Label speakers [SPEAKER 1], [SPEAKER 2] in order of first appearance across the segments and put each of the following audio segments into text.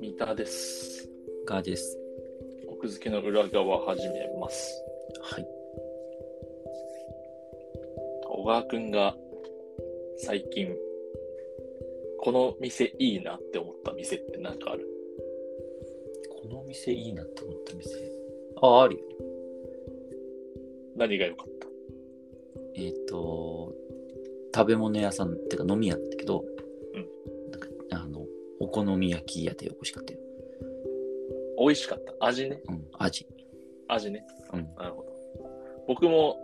[SPEAKER 1] 三田です。
[SPEAKER 2] ガーです。
[SPEAKER 1] 奥付けの裏側始めます。
[SPEAKER 2] はい。
[SPEAKER 1] 小川くんが最近、この店いいなって思った店って何かある
[SPEAKER 2] このお店いいなって思った店。あ、あるよ。
[SPEAKER 1] 何が良かった
[SPEAKER 2] えっ、と、食べ物屋さんっていうか飲み屋なんだけど、なんかあの、お好み焼き屋で美味しかったよ。
[SPEAKER 1] 美味しかった。味ね。
[SPEAKER 2] うん、味。
[SPEAKER 1] 味ね。
[SPEAKER 2] うん。
[SPEAKER 1] なるほど。僕も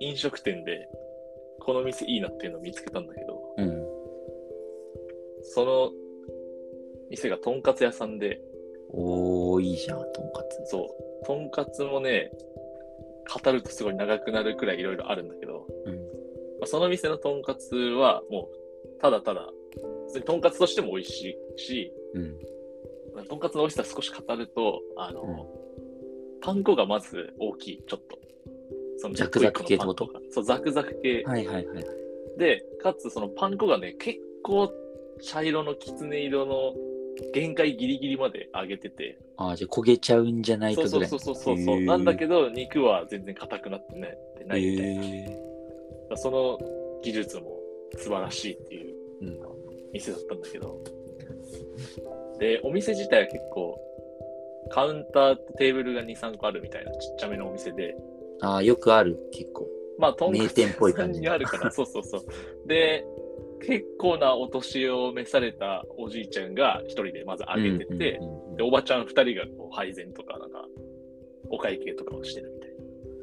[SPEAKER 1] 飲食店で、この店いいなっていうのを見つけたんだけど、
[SPEAKER 2] うん。
[SPEAKER 1] その店がとんかつ屋さんで、
[SPEAKER 2] おー、いいじゃん、とんかつ。
[SPEAKER 1] そう、とんかつもね、語るとすごい長くなるくらいいろいろあるんだけど、
[SPEAKER 2] うん。
[SPEAKER 1] まあその店のとんかつはもうただただ普通にとんかつとしても美味しいし
[SPEAKER 2] うん。
[SPEAKER 1] とんかつの美味しさ少し語るとあの、
[SPEAKER 2] うん
[SPEAKER 1] パン粉がまず大きいちょっとその
[SPEAKER 2] ザクザク系って
[SPEAKER 1] 一個
[SPEAKER 2] こ
[SPEAKER 1] 一個の
[SPEAKER 2] と
[SPEAKER 1] パン粉がそうザクザク系、
[SPEAKER 2] はいはいはい。
[SPEAKER 1] でかつそのパン粉がね結構茶色のきつね色の限界ギリギリまで揚げてて
[SPEAKER 2] あー、じゃあ焦げちゃうんじゃない
[SPEAKER 1] そう
[SPEAKER 2] か
[SPEAKER 1] そ
[SPEAKER 2] ぐ
[SPEAKER 1] う
[SPEAKER 2] らい。
[SPEAKER 1] そうそうそう
[SPEAKER 2] へー
[SPEAKER 1] なんだけど肉は全然硬くなってないってないみたいな、
[SPEAKER 2] え
[SPEAKER 1] だからその技術も素晴らしいっていう
[SPEAKER 2] ー。うん。
[SPEAKER 1] 店だったんだけど、で、お店自体は結構、カウンターとテーブルが2、3個あるみたいなちっちゃめのお店で、
[SPEAKER 2] あー、よくある、結構。
[SPEAKER 1] まあ、とんか
[SPEAKER 2] 名
[SPEAKER 1] つ
[SPEAKER 2] 店っぽい
[SPEAKER 1] 屋さん
[SPEAKER 2] 感じ
[SPEAKER 1] にあるから、そうそうそう。で、結構なお年を召されたおじいちゃんが一人でまず揚げてて、
[SPEAKER 2] うんうんうん
[SPEAKER 1] で、おばちゃん二人がこう配膳とか、なんか、お会計とかをしてるみたい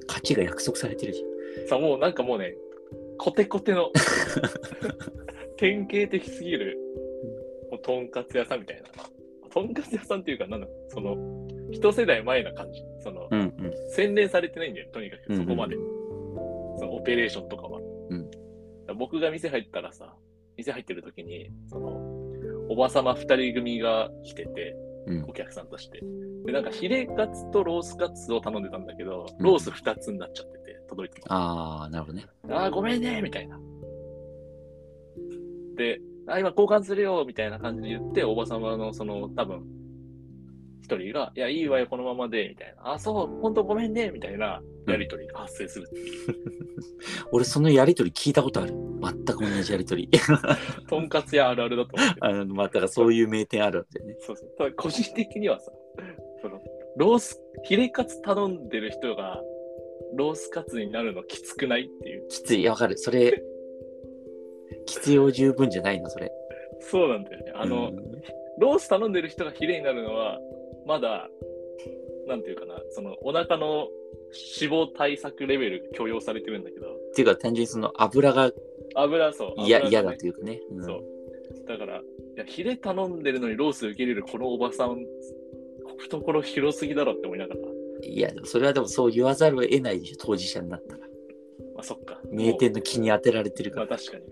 [SPEAKER 2] 価値が約束されてるじゃん。
[SPEAKER 1] な。さあ、もうなんかもうね、コテコ テの、典型的すぎる、もうとんかつ屋さんみたいな。とんかつ屋さんっていうか、なんだ、その、一世代前な感じ。その、
[SPEAKER 2] うんうん
[SPEAKER 1] 洗練されてないんだよ、とにか
[SPEAKER 2] うんう
[SPEAKER 1] く、
[SPEAKER 2] ん。
[SPEAKER 1] そこまで。そのオペレーションとかは。
[SPEAKER 2] うん
[SPEAKER 1] だから僕が店入ったらさ、店入ってる時に、その、おばさま二人組が来てて、
[SPEAKER 2] うん
[SPEAKER 1] お。客さんとして。で、なんかヒレカツとロースカツを頼んでたんだけど、ロース二つになっちゃってて、届いてた
[SPEAKER 2] あー、なるほどね。
[SPEAKER 1] ああ、ごめんねみたいな。で、あ今交換するよみたいな感じで言って、おばさまのその、多分一人が、いや、いいわよ、このままで、みたいな。あ、そう、本当ごめんねみたいなやりとりが発生するっていう。
[SPEAKER 2] 俺そのやりとり聞いたことある全く同じやりとり
[SPEAKER 1] とんかつ屋あるあるだと思うけど
[SPEAKER 2] あのまあだからそういう名店あるんだよね
[SPEAKER 1] そうそう。ただ、個人的にはさ、その、ロース、ヒレカツ頼んでる人が、ロースカツになるのきつくないっていう。
[SPEAKER 2] きついいやわかるそれ必要十分じゃないのそれ
[SPEAKER 1] そうなんだよね。あの、
[SPEAKER 2] うん
[SPEAKER 1] ロース頼んでる人がヒレになるのは、まだ、なんていうかな、そのお腹の脂肪対策レベルが許容されてるんだけど、
[SPEAKER 2] っていうか単純にその油が
[SPEAKER 1] 油そう。
[SPEAKER 2] 嫌
[SPEAKER 1] 油
[SPEAKER 2] 嫌
[SPEAKER 1] が
[SPEAKER 2] だ
[SPEAKER 1] ね
[SPEAKER 2] というかね、うん
[SPEAKER 1] そう。だから、いやヒレ頼んでるのにロース受け入れるこのおばさん、懐広すぎだろって思いながら、ま
[SPEAKER 2] いやでもそれはでもそう言わざるを得ないでしょ当事者になったら
[SPEAKER 1] あそっか。
[SPEAKER 2] 名店
[SPEAKER 1] も
[SPEAKER 2] の気に当てられてる
[SPEAKER 1] う
[SPEAKER 2] か
[SPEAKER 1] ま
[SPEAKER 2] ら
[SPEAKER 1] あ、確かに。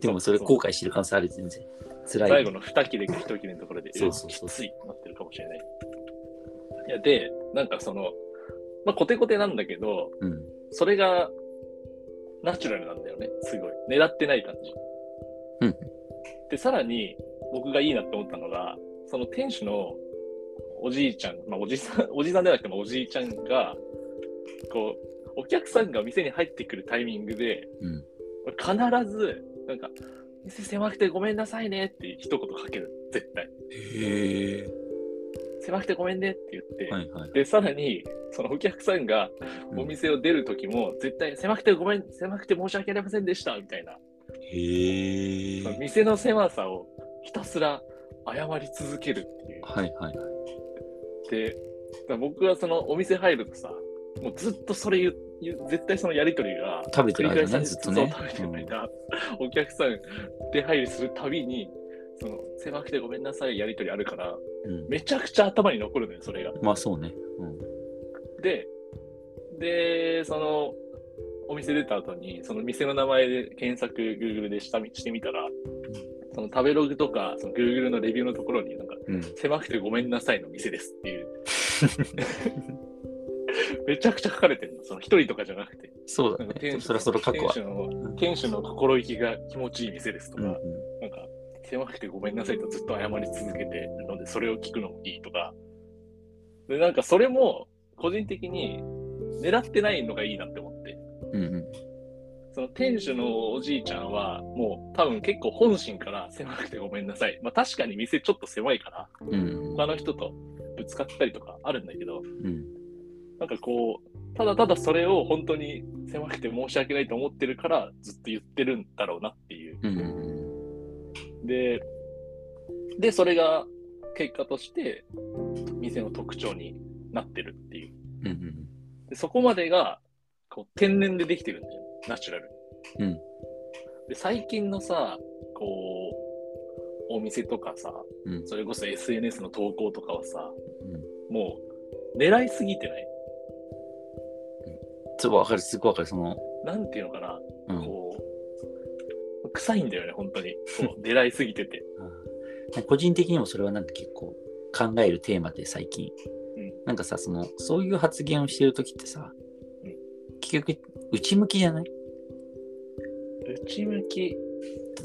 [SPEAKER 2] でもそれ後悔してる可能性あるよ全然辛い
[SPEAKER 1] 最後の2切れか1切れのところで、
[SPEAKER 2] そうそうそう
[SPEAKER 1] きついなってるかもしれない。いや、で、なんかその、まあ、コテコテなんだけど、
[SPEAKER 2] うん
[SPEAKER 1] それがナチュラルなんだよね、すごい。狙ってない感じ。
[SPEAKER 2] うん
[SPEAKER 1] で、さらに僕がいいなって思ったのが、その店主のおじいちゃん、まあ、おじさん、 おじさんではなくてもおじいちゃんが、こう、お客さんが店に入ってくるタイミングで、
[SPEAKER 2] うん
[SPEAKER 1] 必ず、なんか、店狭くてごめんなさいねって一言かける、絶対。
[SPEAKER 2] へえ
[SPEAKER 1] 狭くてごめんねって言って、
[SPEAKER 2] はいはい
[SPEAKER 1] で、さらに、そのお客さんが
[SPEAKER 2] うん
[SPEAKER 1] お店を出るときも、絶対、狭くてごめん、狭くて申し訳ありませんでした、みたいな、
[SPEAKER 2] へえ
[SPEAKER 1] その店の狭さをひたすら謝り続けるっていう。
[SPEAKER 2] はいはいはい
[SPEAKER 1] で、だから僕はそのお店入るとさ、もうずっとそれ言う、言う絶対そのやりとりが、
[SPEAKER 2] 食べてる
[SPEAKER 1] 繰り返
[SPEAKER 2] 間
[SPEAKER 1] され
[SPEAKER 2] ね
[SPEAKER 1] て
[SPEAKER 2] ずっとね
[SPEAKER 1] そう食べてる間、お客さん出入りするたびに、その狭くてごめんなさいやりとりあるから、
[SPEAKER 2] うん
[SPEAKER 1] めちゃくちゃ頭に残るのよ、それが。
[SPEAKER 2] うんまあそうねうん
[SPEAKER 1] で、で、その、お店出た後に、その店の名前で検索、Google でしたしてみたら、その食べログとか、その Google のレビューのところに、なんか、
[SPEAKER 2] うん
[SPEAKER 1] 狭くてごめんなさいの店 ですっていう。めちゃくちゃ書かれてるの、その一人とかじゃなくて。
[SPEAKER 2] そうだ
[SPEAKER 1] なんか
[SPEAKER 2] ね
[SPEAKER 1] 店。主
[SPEAKER 2] そろそろ過去
[SPEAKER 1] 店
[SPEAKER 2] は
[SPEAKER 1] 主。の店主の心意気が気持ちいい店ですとか、
[SPEAKER 2] うん
[SPEAKER 1] なんか狭くてごめんなさいとずっと謝り続けてるのでそれを聞くのもいいとかでなんかそれも個人的に狙ってないのがいいなって思って
[SPEAKER 2] うんうんうん
[SPEAKER 1] その店主のおじいちゃんはもう多分結構本心から狭くてごめんなさいまあ確かに店ちょっと狭いから
[SPEAKER 2] うん
[SPEAKER 1] 他の人とぶつかったりとかあるんだけど
[SPEAKER 2] うん
[SPEAKER 1] なんかこう、ただただそれを本当に狭くて申し訳ないと思ってるから、ずっと言ってるんだろうなっていう。
[SPEAKER 2] うんうん
[SPEAKER 1] で、で、それが結果として、店の特徴になってるっていう。
[SPEAKER 2] うんうん
[SPEAKER 1] でそこまでがこう天然でできてるんだよ、ナチュラルに。
[SPEAKER 2] うん
[SPEAKER 1] で最近のさ、こう、お店とかさ、
[SPEAKER 2] うん
[SPEAKER 1] それこそ SNS の投稿とかはさ、
[SPEAKER 2] うん
[SPEAKER 1] もう狙いすぎてない。
[SPEAKER 2] すごいわかる、すごいわかる。その、
[SPEAKER 1] なんていうのかな、
[SPEAKER 2] うん
[SPEAKER 1] こう、臭いんだよね、本当に。 こう、狙いすぎてて。
[SPEAKER 2] うん個人的にもそれはなんか結構考えるテーマで最近。
[SPEAKER 1] うん
[SPEAKER 2] なんかさ、その、そういう発言をしてるときってさ
[SPEAKER 1] う、
[SPEAKER 2] 結局、内向きじゃない
[SPEAKER 1] 内向き。
[SPEAKER 2] 例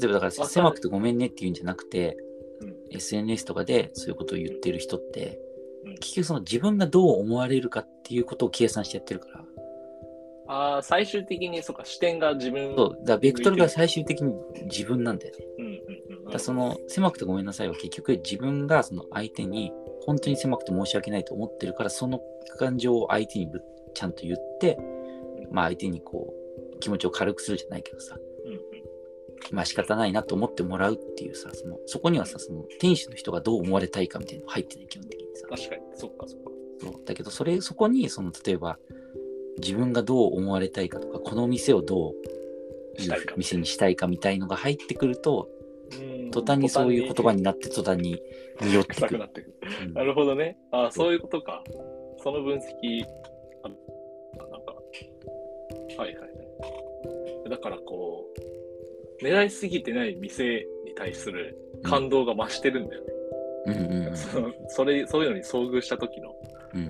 [SPEAKER 2] えばだから
[SPEAKER 1] かる
[SPEAKER 2] 狭くてごめんねって言うんじゃなくて、
[SPEAKER 1] うん
[SPEAKER 2] SNS とかでそういうことを言ってる人って、
[SPEAKER 1] うん
[SPEAKER 2] 結局その自分がどう思われるかっていうことを計算してやってるから、
[SPEAKER 1] ああ、最終的に、そうか、視点が自分。
[SPEAKER 2] そうだからベクトルが最終的に自分なんだよね。
[SPEAKER 1] うんうんうん
[SPEAKER 2] だ
[SPEAKER 1] う
[SPEAKER 2] から
[SPEAKER 1] ん。
[SPEAKER 2] その狭くてごめんなさいは結局自分がその相手に本当に狭くて申し訳ないと思ってるからその感情を相手にぶちゃんと言って、まあ、相手にこう気持ちを軽くするじゃないけどさ
[SPEAKER 1] うんうん
[SPEAKER 2] まあ仕方ないなと思ってもらうっていうさそのそこにはさその店主の人がどう思われたいかみたいなの入ってない基本的にさ
[SPEAKER 1] 確かに、そっかそっか。
[SPEAKER 2] そうだけどそれそこにその例えば自分がどう思われたいかとかこの店をどうい
[SPEAKER 1] したいか
[SPEAKER 2] う店にしたいかみたいのが入ってくると
[SPEAKER 1] うん
[SPEAKER 2] 途端にそういう言葉
[SPEAKER 1] に。
[SPEAKER 2] になって途端に匂って
[SPEAKER 1] 臭
[SPEAKER 2] く
[SPEAKER 1] く
[SPEAKER 2] る
[SPEAKER 1] な。ってくる。
[SPEAKER 2] うん
[SPEAKER 1] なるほどね。ああ、そういうことか。その分析、あなんか、はいはいはい。だからこう、狙いすぎてない店に対する感動が増してるんだよね。
[SPEAKER 2] うんうん
[SPEAKER 1] そのそれ、そういうのに遭遇した時の
[SPEAKER 2] うん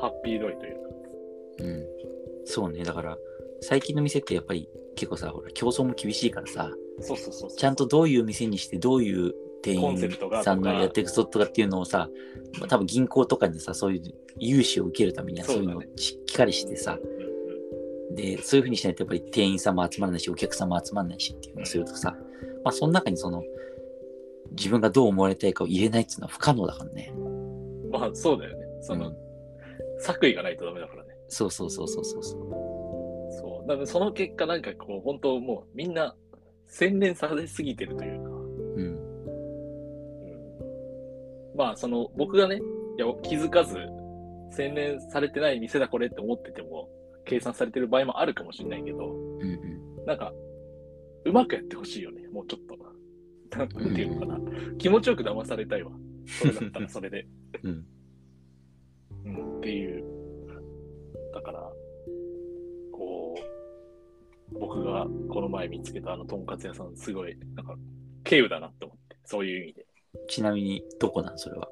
[SPEAKER 1] ハッピー度合いというか。
[SPEAKER 2] うんうんそうねだから最近の店ってやっぱり結構さほら競争も厳しいからさ
[SPEAKER 1] そうそうそうそう。
[SPEAKER 2] ちゃんとどういう店にしてどういう店
[SPEAKER 1] コンセプトが
[SPEAKER 2] 員
[SPEAKER 1] とか
[SPEAKER 2] さんがやっていくぞとかっていうのをさまあ多分銀行とかにさそういう融資を受けるためには
[SPEAKER 1] そ
[SPEAKER 2] そうう
[SPEAKER 1] だ
[SPEAKER 2] い
[SPEAKER 1] ね
[SPEAKER 2] うのをしっかりしてさ、
[SPEAKER 1] うんうん
[SPEAKER 2] でそういうふうにしないとやっぱり店員さんも集まらないしお客さんも集まらないしっていうのをするとさ、まあその中にその自分がどう思われたいかを入れないっていうのは不可能だからね。
[SPEAKER 1] まあそうだよね。その、
[SPEAKER 2] うん
[SPEAKER 1] 作為がないとダメだからね。
[SPEAKER 2] そうそうそうそうそうそう。
[SPEAKER 1] そう。だからその結果なんかこう、本当もうみんな洗練されすぎてるというか。
[SPEAKER 2] うん
[SPEAKER 1] うんまあその僕がね、いや気づかず洗練されてない店だこれって思ってても、計算されてる場合もあるかもしれないけど、
[SPEAKER 2] うんうん
[SPEAKER 1] なんか、うまくやってほしいよね、もうちょっと。なんていうのかな。気持ちよく騙されたいわ。それだ ったらそれで。
[SPEAKER 2] うん
[SPEAKER 1] うん、っていう。だから、こう、僕がこの前見つけたあの、とんかつ屋さん、すごい、なんか、軽有だなって思って、そういう意味で。
[SPEAKER 2] ちなみにどこなんそれは。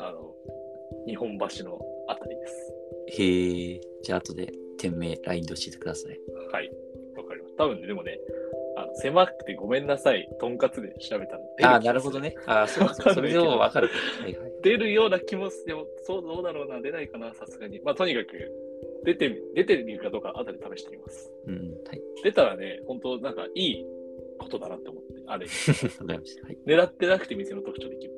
[SPEAKER 1] あの、日本橋のあたりです。
[SPEAKER 2] へえ。じゃあ後で店名 LINE で教えてください。
[SPEAKER 1] はい。わかります。多分ね、でもね、あの狭くてごめんなさい、とんかつで調べたの。
[SPEAKER 2] ああ、なるほど。ね。ああ、そうそう。それでもわかる。はいはい。
[SPEAKER 1] 出るような気もすでも、そうどうだろうな、出ないかな、さすがに。まあ、とにかく、出てみ、出てみるかどうか、あたり試してみます。
[SPEAKER 2] うんうん。はい。
[SPEAKER 1] 出たらね、本当なんかいいことだなって思って、あれ、
[SPEAKER 2] わかりました。はい。
[SPEAKER 1] 狙ってなくて店の特徴できる。